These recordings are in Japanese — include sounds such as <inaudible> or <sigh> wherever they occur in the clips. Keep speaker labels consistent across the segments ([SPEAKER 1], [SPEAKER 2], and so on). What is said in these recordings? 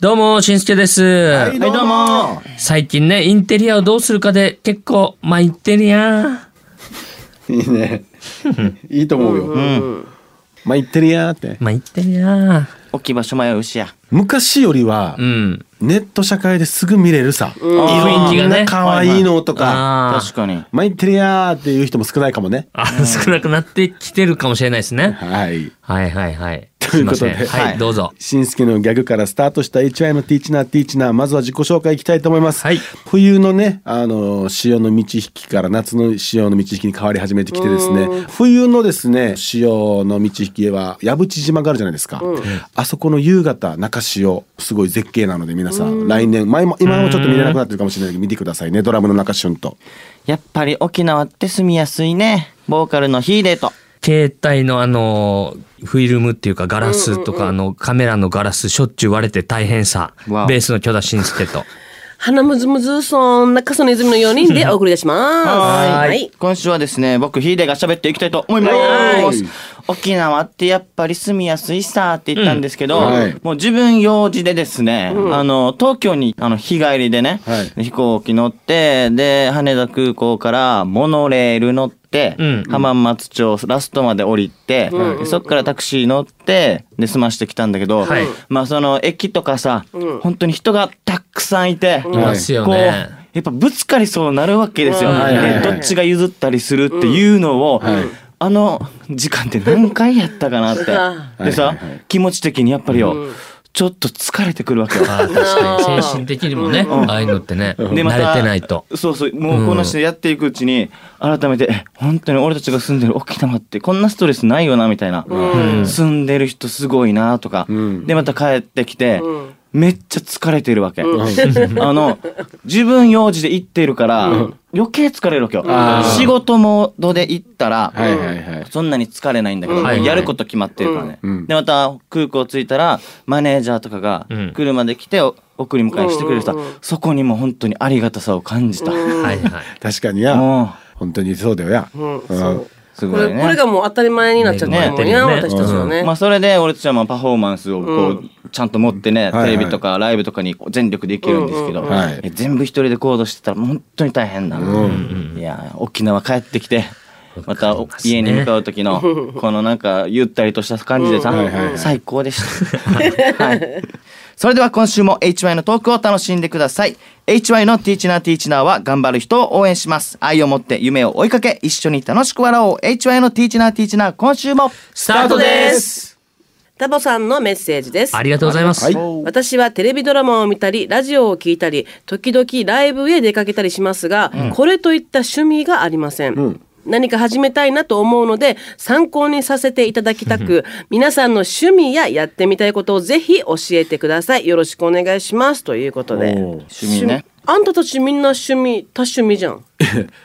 [SPEAKER 1] どうも、しんすけです、
[SPEAKER 2] はい、どうも。
[SPEAKER 1] 最近ね、インテリアをどうするかで結構参ってるやん。
[SPEAKER 2] いいね。いいと思うよ。まあ、言ってるやーって。
[SPEAKER 1] 参ってるやん。
[SPEAKER 3] 置き場所迷うしや。
[SPEAKER 2] 昔よりは
[SPEAKER 1] う、ん。
[SPEAKER 2] ネット社会ですぐ見れるさ。
[SPEAKER 1] いい雰囲気
[SPEAKER 2] み
[SPEAKER 1] が
[SPEAKER 2] んな
[SPEAKER 1] ね。
[SPEAKER 2] 可愛いのとか。
[SPEAKER 1] あ
[SPEAKER 3] 確かに。
[SPEAKER 2] まあ、言ってるやーっていう人も少ないかもね。
[SPEAKER 1] あ。あ、少なくなってきてるかもしれないですね。
[SPEAKER 2] はい。
[SPEAKER 1] はいはいはい。
[SPEAKER 2] ということです
[SPEAKER 1] ませんは、
[SPEAKER 3] はいい
[SPEAKER 1] どうぞ。
[SPEAKER 2] しんすけのギャグからスタートした HY のティーチナーティーチナーまずは自己紹介いきたいと思います、
[SPEAKER 1] はい
[SPEAKER 2] 冬のねあの潮の満ち引きから夏の潮の満ち引きに変わり始めてきてですね冬のですね潮の満ち引きは矢淵島があるじゃないですか、あそこの夕方中潮すごい絶景なので皆さん来年前も今もちょっと見れなくなってるかもしれないけど見てくださいねドラムの中旬と
[SPEAKER 3] やっぱり沖縄って住みやすいね。ボーカルのヒーデーと。
[SPEAKER 1] 携帯のあの、フィルムっていうかガラスとか、あの、カメラのガラスしょっちゅう割れて大変さ。
[SPEAKER 3] わお
[SPEAKER 1] ベースの巨田しんすけと。
[SPEAKER 4] 花むずむずそんなかその泉の4人でお送り出します。
[SPEAKER 1] はーい
[SPEAKER 4] はい。
[SPEAKER 3] 今週はですね、僕ヒーデーが喋っていきたいと思いま
[SPEAKER 2] は
[SPEAKER 3] す
[SPEAKER 2] い。
[SPEAKER 3] 沖縄ってやっぱり住みやすいさって言ったんですけど、
[SPEAKER 2] うんはい
[SPEAKER 3] もう自分用事でですね、あの、東京にあの日帰りでね、
[SPEAKER 2] はい
[SPEAKER 3] 飛行機乗って、で、羽田空港からモノレール乗って、
[SPEAKER 1] うん
[SPEAKER 3] 浜松町ラストまで降りて、でそっからタクシー乗って、で、済ましてきたんだけど、
[SPEAKER 1] はい
[SPEAKER 3] まあその駅とかさ、
[SPEAKER 4] うん
[SPEAKER 3] 本当に人がたくさんいて、
[SPEAKER 1] いますよね
[SPEAKER 3] こうやっぱぶつかりそうになるわけですよ、
[SPEAKER 4] うん
[SPEAKER 2] はいはいはい
[SPEAKER 3] でどっちが譲ったりするっていうのを、
[SPEAKER 2] はい
[SPEAKER 3] あの時間って何回やったかなって、
[SPEAKER 4] う
[SPEAKER 3] でさ、
[SPEAKER 2] はいはいはい
[SPEAKER 3] 気持ち的にやっぱりよ、
[SPEAKER 4] うん
[SPEAKER 3] ちょっと疲れてくるわけよ。
[SPEAKER 1] ああ、確かに。精神的にもね、ああいうのってね、
[SPEAKER 3] でまた
[SPEAKER 1] 慣れてないと。
[SPEAKER 3] そうそうもうこの人やっていくうちに、改めてえ本当に俺たちが住んでる沖縄ってこんなストレスないよなみたいな、
[SPEAKER 1] ん
[SPEAKER 3] 住んでる人すごいなとか、
[SPEAKER 2] うん
[SPEAKER 3] でまた帰ってきて、
[SPEAKER 4] うん
[SPEAKER 3] めっちゃ疲れてるわけ、
[SPEAKER 4] うん
[SPEAKER 3] <laughs> あの、自分用事で行ってるから、余計疲れるわけよ
[SPEAKER 2] あ。ー
[SPEAKER 3] 仕事モードで行ったら、
[SPEAKER 2] はいはいはい
[SPEAKER 3] そんなに疲れないんだけど、
[SPEAKER 1] はいはい
[SPEAKER 3] やること決まってるからね。
[SPEAKER 2] うん
[SPEAKER 3] で、また空港着いたら、マネージャーとかが
[SPEAKER 1] うん
[SPEAKER 3] 車で来て、お送り迎えしてくれるさ、
[SPEAKER 4] うんうんうん
[SPEAKER 3] そこにも本当にありがたさを感じた。
[SPEAKER 4] うん
[SPEAKER 1] はいはい。
[SPEAKER 2] 確かにや
[SPEAKER 3] もう
[SPEAKER 2] 本当にそうだよや、
[SPEAKER 4] うんそう
[SPEAKER 3] す
[SPEAKER 4] こ
[SPEAKER 3] ごい
[SPEAKER 4] れ
[SPEAKER 3] ね。
[SPEAKER 4] これがもう当たり前になっちゃってるもんね、
[SPEAKER 1] ね
[SPEAKER 4] 私たちはね。
[SPEAKER 3] まあそれで俺たちはまあパフォーマンスをこう、
[SPEAKER 4] う
[SPEAKER 3] ちゃんと持ってね、
[SPEAKER 2] はいはい
[SPEAKER 3] テレビとかライブとかにこう全力で行けるんですけど、
[SPEAKER 4] うん
[SPEAKER 2] うんはい
[SPEAKER 3] え全部一人で行動してたらもう本当に大変だ、
[SPEAKER 2] ん
[SPEAKER 3] いや沖縄帰ってきてま
[SPEAKER 1] わ
[SPEAKER 3] た
[SPEAKER 1] かりますね
[SPEAKER 3] 家に向かう時のこのなんかゆったりとした感じでさ、
[SPEAKER 2] うんはいはいはい
[SPEAKER 3] 最高でした、 <laughs> はい、それでは今週も HY のトークを楽しんでください HY のティーチナーティーチナーは頑張る人を応援します愛を持って夢を追いかけ一緒に楽しく笑おう HY のティーチナーティーチナー今週も
[SPEAKER 1] スタートです
[SPEAKER 4] ダボさんのメッセージです
[SPEAKER 1] あ。りがとうございます。
[SPEAKER 2] はい <laughs>
[SPEAKER 4] 私はテレビドラマを見たりラジオを聞いたり時々ライブへ出かけたりしますが、これといった趣味がありません、
[SPEAKER 2] うん
[SPEAKER 4] 何か始めたいなと思うので参考にさせていただきたく皆さんの趣味ややってみたいことをぜひ教えてくださいよろしくお願いしますということで
[SPEAKER 2] おー
[SPEAKER 3] 趣味ね
[SPEAKER 4] あんたたちみんな趣味多趣味じゃん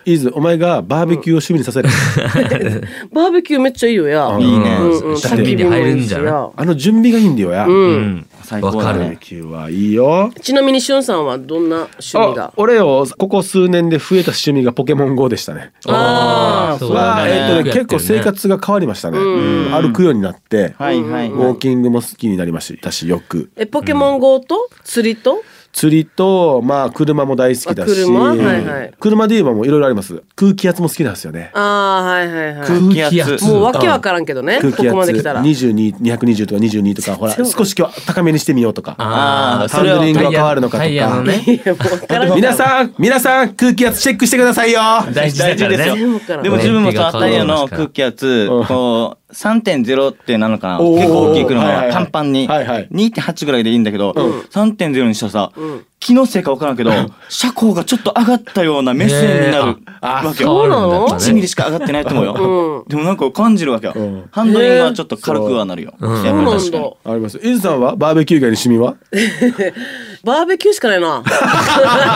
[SPEAKER 2] イズお前がバーベキューを趣味にさせる、
[SPEAKER 4] バーベキューめっちゃいいよや
[SPEAKER 2] いいね
[SPEAKER 4] うんうん、
[SPEAKER 2] 趣味
[SPEAKER 4] 焚き火も
[SPEAKER 1] 入る
[SPEAKER 4] い
[SPEAKER 1] ん
[SPEAKER 4] いし
[SPEAKER 1] じゃない
[SPEAKER 4] や
[SPEAKER 2] あの準備がいいんだよや、
[SPEAKER 1] う
[SPEAKER 2] バ
[SPEAKER 1] ん。
[SPEAKER 3] 最
[SPEAKER 1] わ
[SPEAKER 3] 高
[SPEAKER 1] か
[SPEAKER 3] だ
[SPEAKER 2] ーベ
[SPEAKER 3] ね
[SPEAKER 1] る。
[SPEAKER 2] キューはいいよ
[SPEAKER 4] ちなみにしゅんさんはどんな趣味が
[SPEAKER 2] あ俺よここ数年で増えた趣味がポケモン GO でしたね。
[SPEAKER 1] ああ、そう
[SPEAKER 2] わ
[SPEAKER 1] だ
[SPEAKER 2] あ
[SPEAKER 1] ね。
[SPEAKER 2] えっとね、
[SPEAKER 1] よくや
[SPEAKER 2] 結
[SPEAKER 1] って
[SPEAKER 2] 構
[SPEAKER 1] る
[SPEAKER 2] 生活が変わりましたね。歩くようになって、
[SPEAKER 3] はいはい
[SPEAKER 2] ウォ
[SPEAKER 3] は
[SPEAKER 2] ーキングも好きになりましたし、よく
[SPEAKER 4] えポケモン GO と釣りと、
[SPEAKER 2] 釣りとまあ車も大好きだし、
[SPEAKER 4] あ車はいはい
[SPEAKER 2] 車で言えばもういろいろあります。空気圧も好きなんですよね。
[SPEAKER 4] ああはいはいはい
[SPEAKER 3] い。
[SPEAKER 1] 空気圧
[SPEAKER 4] もうわけわからんけどね、こ
[SPEAKER 2] 空気
[SPEAKER 4] こま
[SPEAKER 2] 圧
[SPEAKER 4] で来たら。
[SPEAKER 2] 二十二二百二十とか二十二とかほら
[SPEAKER 4] 全然
[SPEAKER 2] 少し今日は高めにしてみようとか。
[SPEAKER 1] ああ、
[SPEAKER 2] ハンドリングが変わるのかとか
[SPEAKER 1] タイヤのね。
[SPEAKER 4] <laughs> いや、もうわからんけど。
[SPEAKER 2] 皆さん皆さん空気圧チェックしてくださいよ。
[SPEAKER 1] 大事だから
[SPEAKER 3] 大
[SPEAKER 1] ね
[SPEAKER 3] 事。
[SPEAKER 4] 全部から
[SPEAKER 3] でも自分も
[SPEAKER 1] 燃費が
[SPEAKER 3] さ、
[SPEAKER 1] 変わ
[SPEAKER 3] タ
[SPEAKER 1] る
[SPEAKER 3] イヤの空気圧、こう、3.0ってなのかな結構大きい車
[SPEAKER 2] はいはいは
[SPEAKER 3] はいパンパンに。
[SPEAKER 2] はいはい
[SPEAKER 3] 2.8ぐらいでいいんだけど、3.0にしたらさ、気のせいかわからんけど、車高がちょっと上がったような目線になる
[SPEAKER 1] ね
[SPEAKER 3] わけ
[SPEAKER 1] 変わ
[SPEAKER 3] よ。
[SPEAKER 1] るんだ
[SPEAKER 4] そうなの
[SPEAKER 1] やっぱ
[SPEAKER 3] 1ミリしか上がってないと思うよ。でもなんか感じるわけよ
[SPEAKER 2] ん。
[SPEAKER 3] ハンドリングはちょっと軽くはなるよ。やっぱり
[SPEAKER 4] そうなん
[SPEAKER 3] 確か
[SPEAKER 4] だ
[SPEAKER 3] に。
[SPEAKER 2] あります。イズさんはバーベキュー以外の趣味は？
[SPEAKER 4] バーベキューしかないな。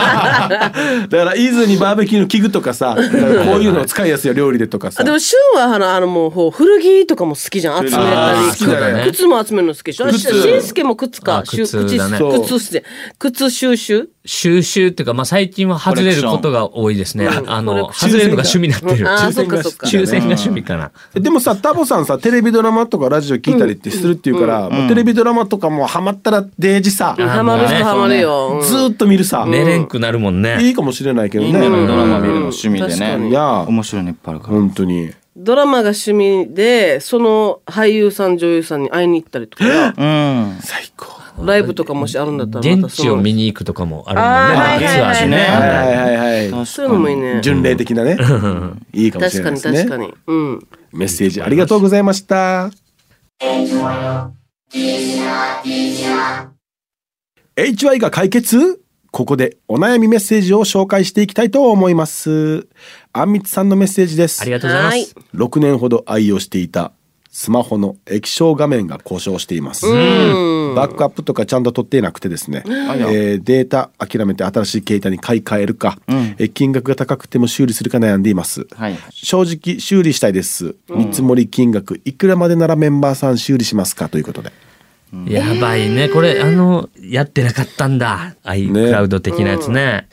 [SPEAKER 2] だから伊豆にバーベキューの器具とかさこういうのを使いやすいよ料理でとか
[SPEAKER 4] あ
[SPEAKER 2] さ
[SPEAKER 4] でも、シュンは、あの、あのもうほう、古着とかも好きじゃん。集めた
[SPEAKER 2] あー
[SPEAKER 4] り。
[SPEAKER 2] 好きだね
[SPEAKER 4] 靴も集めるの好きでしょ。
[SPEAKER 2] 靴
[SPEAKER 4] しんすけも靴
[SPEAKER 1] あ
[SPEAKER 4] か。シュ
[SPEAKER 1] 靴だね
[SPEAKER 4] 靴靴っすね。靴シュ収集
[SPEAKER 1] 収集っていうか、まあ、最近は外れることが多いですね。あの、外れるのが趣味になってる。
[SPEAKER 4] あーそっかそっか
[SPEAKER 1] 抽選が趣味かな。
[SPEAKER 2] でもさタボさんさテレビドラマとかラジオ聞いたりってするっていうから、もうテレビドラマとかもハマったらデージさ、
[SPEAKER 1] あ
[SPEAKER 4] ハマる
[SPEAKER 1] もうね
[SPEAKER 4] 人ハマるよ、うん
[SPEAKER 2] ずーっと見るさ、
[SPEAKER 1] 寝れんくなるもん
[SPEAKER 2] い
[SPEAKER 1] ね。
[SPEAKER 2] いかもしれないけど
[SPEAKER 3] いい
[SPEAKER 2] ね。
[SPEAKER 3] ね、ドラマ見る
[SPEAKER 2] うん
[SPEAKER 3] の趣味で
[SPEAKER 4] 確か
[SPEAKER 2] い
[SPEAKER 4] に
[SPEAKER 3] ね。
[SPEAKER 2] や
[SPEAKER 3] 面白いのいっぱいあるから。
[SPEAKER 2] 本当に。
[SPEAKER 4] ドラマが趣味でその俳優さん女優さんに会いに行ったりとか
[SPEAKER 3] うん。
[SPEAKER 2] 最高。
[SPEAKER 4] ライブとかもしあるんだったらま
[SPEAKER 1] 現
[SPEAKER 4] たそ
[SPEAKER 1] 地を
[SPEAKER 4] の
[SPEAKER 1] 見に行くとかもある
[SPEAKER 4] あ
[SPEAKER 1] も
[SPEAKER 4] ー
[SPEAKER 1] んね。
[SPEAKER 4] はいはいはい
[SPEAKER 1] ツアーで
[SPEAKER 3] ね
[SPEAKER 2] はい
[SPEAKER 1] ね。
[SPEAKER 2] はいはい
[SPEAKER 4] そういうのもいいね
[SPEAKER 2] 巡礼的なね。いいかもしれ
[SPEAKER 4] 確
[SPEAKER 2] な
[SPEAKER 4] か
[SPEAKER 2] いで
[SPEAKER 4] に
[SPEAKER 2] す
[SPEAKER 4] 確か
[SPEAKER 2] ね。
[SPEAKER 4] にうん
[SPEAKER 2] メッセージありがとうございました。HY が解決ここでお悩みメッセージを紹介していきたいと思います。あんみつさんのメッセージです。
[SPEAKER 1] ありがとうございます。
[SPEAKER 2] 6年ほど愛用していたスマホの液晶画面が故障しています、
[SPEAKER 4] うん
[SPEAKER 2] バックアップとかちゃんと取っていなくてですね、えーデータ諦めて新しい携帯に買い替えるか、えー金額が高くても修理するか悩んでいます、
[SPEAKER 3] はい。
[SPEAKER 2] 正直修理したいです、見積もり金額いくらまでならメンバーさん修理しますかということで
[SPEAKER 1] やばいね。これ、あの、やってなかったんだ。iCloud 的なやつね。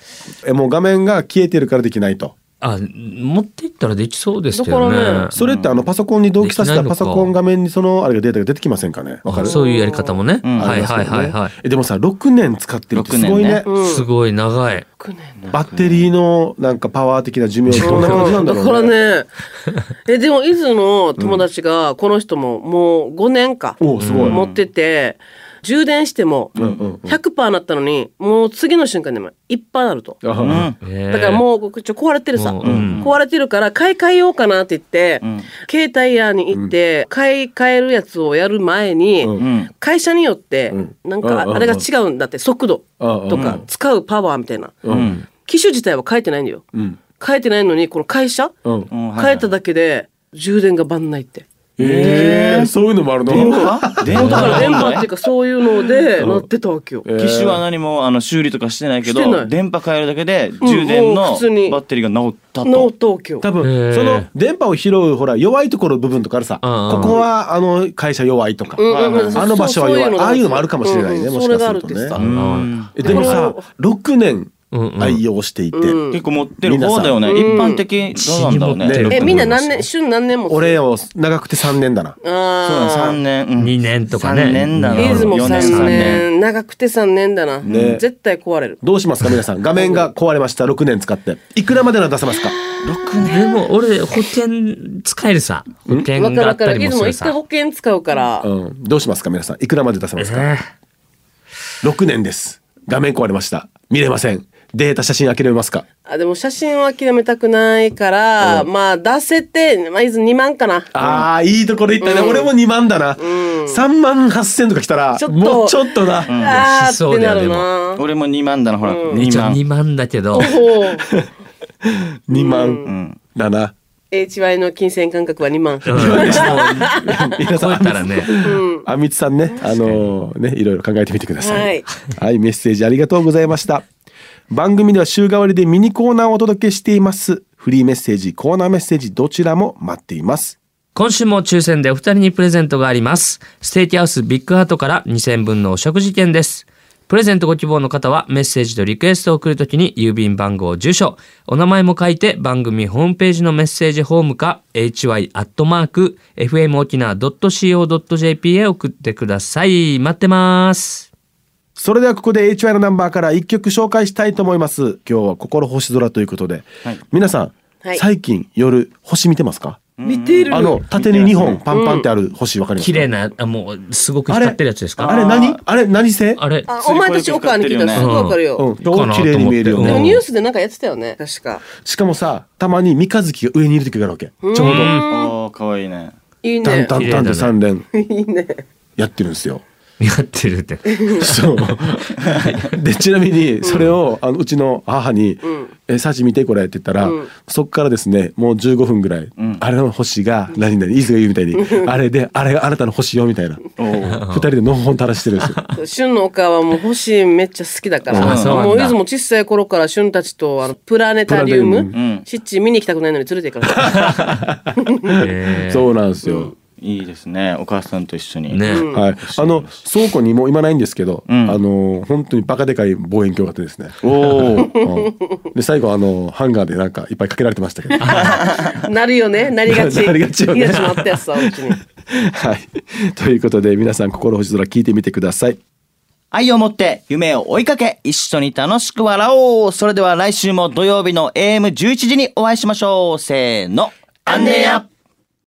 [SPEAKER 2] えもう画面が消えてるからできないと
[SPEAKER 1] あ、持って行ったらできそうですけど
[SPEAKER 4] だから
[SPEAKER 1] ね
[SPEAKER 4] ね。
[SPEAKER 2] それってあのパソコンに同期させた
[SPEAKER 1] できないのか
[SPEAKER 2] パソコン画面にそのあれがデータが出てきませんかねわか
[SPEAKER 1] あ
[SPEAKER 2] る
[SPEAKER 1] そういうやり方もね。
[SPEAKER 3] ん
[SPEAKER 1] はいはいはいはい。
[SPEAKER 2] えでもさ6年使ってるってすごいね
[SPEAKER 3] 六年ね
[SPEAKER 1] すごい長い。
[SPEAKER 4] 六年な
[SPEAKER 2] バッテリーのなんかパワー的な寿命どんな感じなんだ
[SPEAKER 4] だか
[SPEAKER 2] ろ
[SPEAKER 4] ら
[SPEAKER 2] うね。
[SPEAKER 4] ねえでも伊豆の友達がこの人ももう5年か
[SPEAKER 2] おうすごい。
[SPEAKER 4] 持ってて充電しても
[SPEAKER 2] うん
[SPEAKER 4] 100%なったのにもう次の瞬間でも1%なると。
[SPEAKER 3] う
[SPEAKER 2] あ
[SPEAKER 3] ん。
[SPEAKER 1] だ
[SPEAKER 4] だからもうちょ壊れてるさ、
[SPEAKER 1] うん
[SPEAKER 4] 壊れてるから買い替えようかなって言って、
[SPEAKER 3] ん
[SPEAKER 4] 携帯屋に行って買い替えるやつをやる前に、
[SPEAKER 2] うん
[SPEAKER 3] うん。
[SPEAKER 4] 会社によって
[SPEAKER 2] うん
[SPEAKER 4] なんか
[SPEAKER 2] うん
[SPEAKER 4] ああれが違うんだって速度
[SPEAKER 2] あ
[SPEAKER 4] とか使うパワーみたいな
[SPEAKER 2] うん
[SPEAKER 4] 機種自体は変えてないんだよ
[SPEAKER 2] うん
[SPEAKER 4] 変えてないのにこの会社
[SPEAKER 2] うん。
[SPEAKER 3] うんはい
[SPEAKER 4] 変えただけで充電が万ないって。
[SPEAKER 2] ええそういうのもあるの。
[SPEAKER 3] 電話電
[SPEAKER 4] だから
[SPEAKER 3] 話
[SPEAKER 4] 電波っていうかそういうのでなってたわけよ。
[SPEAKER 2] えー
[SPEAKER 3] 機種は何もあの修理とかしてないけ
[SPEAKER 4] してな
[SPEAKER 3] ど
[SPEAKER 4] い
[SPEAKER 3] 電波変えるだけで充電
[SPEAKER 4] もう
[SPEAKER 3] のバ
[SPEAKER 4] 普通に
[SPEAKER 3] ッテリーが治った
[SPEAKER 4] ノ
[SPEAKER 3] と
[SPEAKER 4] ー。東京。
[SPEAKER 2] 多
[SPEAKER 1] へ
[SPEAKER 2] 分
[SPEAKER 1] ー
[SPEAKER 2] その電波を拾うほら弱いところ部分とかあるさ。こ
[SPEAKER 1] うんうん
[SPEAKER 2] こはあの会社弱いとか。
[SPEAKER 4] うんうんうん
[SPEAKER 2] あの場所は弱い
[SPEAKER 4] そうそう
[SPEAKER 2] ああいうのもあるかもしれないね
[SPEAKER 4] うん
[SPEAKER 2] も
[SPEAKER 4] そ
[SPEAKER 2] し
[SPEAKER 4] れ
[SPEAKER 2] か
[SPEAKER 4] があ
[SPEAKER 2] す
[SPEAKER 4] る
[SPEAKER 2] ると
[SPEAKER 4] って
[SPEAKER 2] ね
[SPEAKER 4] さ。
[SPEAKER 3] うん
[SPEAKER 2] えでもさ6年
[SPEAKER 1] うんうん
[SPEAKER 2] 愛用していて、
[SPEAKER 4] うん
[SPEAKER 3] 結構持ってる方だよね。
[SPEAKER 4] 皆
[SPEAKER 3] 一
[SPEAKER 4] さん
[SPEAKER 3] 般的どうなんだろう
[SPEAKER 1] うん
[SPEAKER 3] ね。
[SPEAKER 1] ね
[SPEAKER 4] えみんな何年旬何年も。
[SPEAKER 2] 俺を長くて3年だな。
[SPEAKER 3] そうだ
[SPEAKER 4] あ
[SPEAKER 3] 三年。うん
[SPEAKER 1] 2年とかね。
[SPEAKER 3] 三年だ
[SPEAKER 4] あ。
[SPEAKER 3] な
[SPEAKER 4] リズも
[SPEAKER 3] 四
[SPEAKER 4] 三
[SPEAKER 3] 年
[SPEAKER 4] 年長くて三年だな。
[SPEAKER 2] ね
[SPEAKER 4] 絶対壊れる。
[SPEAKER 2] どうしますか皆
[SPEAKER 4] <laughs>
[SPEAKER 2] さん画面が壊れました6年使っていくらまでなら出せますか
[SPEAKER 1] でも俺保険使えるさ。保険
[SPEAKER 4] わかる
[SPEAKER 1] があ
[SPEAKER 4] わ
[SPEAKER 1] っ
[SPEAKER 4] か
[SPEAKER 1] た
[SPEAKER 4] る。
[SPEAKER 1] り
[SPEAKER 4] リ
[SPEAKER 1] も
[SPEAKER 4] ズ
[SPEAKER 1] す
[SPEAKER 4] も
[SPEAKER 1] る
[SPEAKER 4] 一回
[SPEAKER 1] さ。
[SPEAKER 4] 保険使うから。
[SPEAKER 2] うん、どうしますか皆さんいくらまで出せますか
[SPEAKER 1] ね
[SPEAKER 2] 6年です画面壊れました見れませんデータ写真諦めますか
[SPEAKER 4] あでも写真は諦めたくないから、まあ出せてまあいず二万かな。
[SPEAKER 2] ああいいところいったね、俺も2万だな、3万8,000とか来たら
[SPEAKER 4] ちょっと
[SPEAKER 2] もうちょっとだ、
[SPEAKER 4] ああ
[SPEAKER 1] し
[SPEAKER 4] ー
[SPEAKER 1] そ
[SPEAKER 4] って
[SPEAKER 1] うだ
[SPEAKER 4] な
[SPEAKER 1] よ
[SPEAKER 4] るな。
[SPEAKER 3] 俺も2万だなほら2
[SPEAKER 1] 一応
[SPEAKER 3] 万。
[SPEAKER 1] 2万だけど。
[SPEAKER 4] おお。
[SPEAKER 2] 2
[SPEAKER 3] う
[SPEAKER 2] 万
[SPEAKER 3] ん。
[SPEAKER 2] だな、
[SPEAKER 4] HY の金銭感覚は2万。
[SPEAKER 1] うん
[SPEAKER 2] <laughs> 皆さ
[SPEAKER 1] 超え
[SPEAKER 2] ん
[SPEAKER 1] たらね。
[SPEAKER 2] あみつさんねあのーねいろいろ考えてみてください
[SPEAKER 4] はい
[SPEAKER 2] はい、メッセージありがとうございました。番組では週替わりでミニコーナーをお届けしています。フリーメッセージ、コーナーメッセージ、どちらも待っています。
[SPEAKER 1] 今週も抽選でお二人にプレゼントがあります。ステーキハウスビッグハートから2000分のお食事券です。プレゼントご希望の方はメッセージとリクエストを送るときに郵便番号、住所、お名前も書いて番組ホームページのメッセージホームか hy.fmokina.co.jp へ送ってください。待ってます。
[SPEAKER 2] それではここで HY のナンバーから一曲紹介したいと思います。今日は心星空ということで、皆さん、
[SPEAKER 4] はい
[SPEAKER 2] 最近夜星見てますか？
[SPEAKER 4] 見てる
[SPEAKER 2] あの縦に2本パンパンってある星わかります
[SPEAKER 1] 綺
[SPEAKER 2] か？
[SPEAKER 1] 麗な、あもうすごく光ってるやつですか
[SPEAKER 2] あれ何？あれ何星？
[SPEAKER 1] あれ
[SPEAKER 4] あお前たち奥川に聞いたらすごいわかる
[SPEAKER 2] う
[SPEAKER 4] よ
[SPEAKER 2] ん、。綺麗に見えるよ
[SPEAKER 1] か
[SPEAKER 4] で
[SPEAKER 1] なと思っ
[SPEAKER 4] もニ
[SPEAKER 1] て
[SPEAKER 4] ュースでなんかやってたよね。確か。
[SPEAKER 2] しかもさ、たまに三日月が上にいる時があるわけ。ちょうど
[SPEAKER 3] おお可愛いね。
[SPEAKER 4] いい
[SPEAKER 2] ダン
[SPEAKER 4] ね
[SPEAKER 2] ダ。ンダンって三連やってるんですよ。
[SPEAKER 1] やってるって。
[SPEAKER 2] そう。 <laughs> でちなみにそれを、うあのうちの母に「えサーチ見てこれ」って言ったら、そっからですねもう15分ぐらい、あれの星が何々伊豆が言うみたい <laughs> にあれであれがあなたの星よみたいな二人でのほほん垂らしてるんです
[SPEAKER 4] <laughs>
[SPEAKER 2] よ。
[SPEAKER 4] 旬のお母はもう星めっちゃ好きだか
[SPEAKER 1] あ
[SPEAKER 4] ら。
[SPEAKER 1] そうなんだ
[SPEAKER 4] もういつも小さい頃から旬たちとあのプラネタリウ
[SPEAKER 2] プラネタ
[SPEAKER 4] ム。チッチ見に行きたくないのに連れて行かれた。
[SPEAKER 1] <laughs> えー
[SPEAKER 2] そうなんですよ、
[SPEAKER 3] いいですねお母さんと一緒に
[SPEAKER 1] ね、
[SPEAKER 4] うん
[SPEAKER 2] はい、あの倉庫にもう今ないんですけど、
[SPEAKER 3] うん
[SPEAKER 2] あの本当にバカでかい望遠鏡があってですね、
[SPEAKER 3] おお
[SPEAKER 2] うんで最後あのハンガーでなんかいっぱいかけられてましたけど <laughs> は
[SPEAKER 4] なるよねなりがち
[SPEAKER 2] なりがちよね
[SPEAKER 4] いいやつもあったやつさおうちに
[SPEAKER 2] いということで皆さん心星空聞いてみてください
[SPEAKER 3] 愛を持って夢を追いかけ一緒に楽しく笑おうそれでは来週も土曜日の AM11 時にお会いしましょうせーのアンネア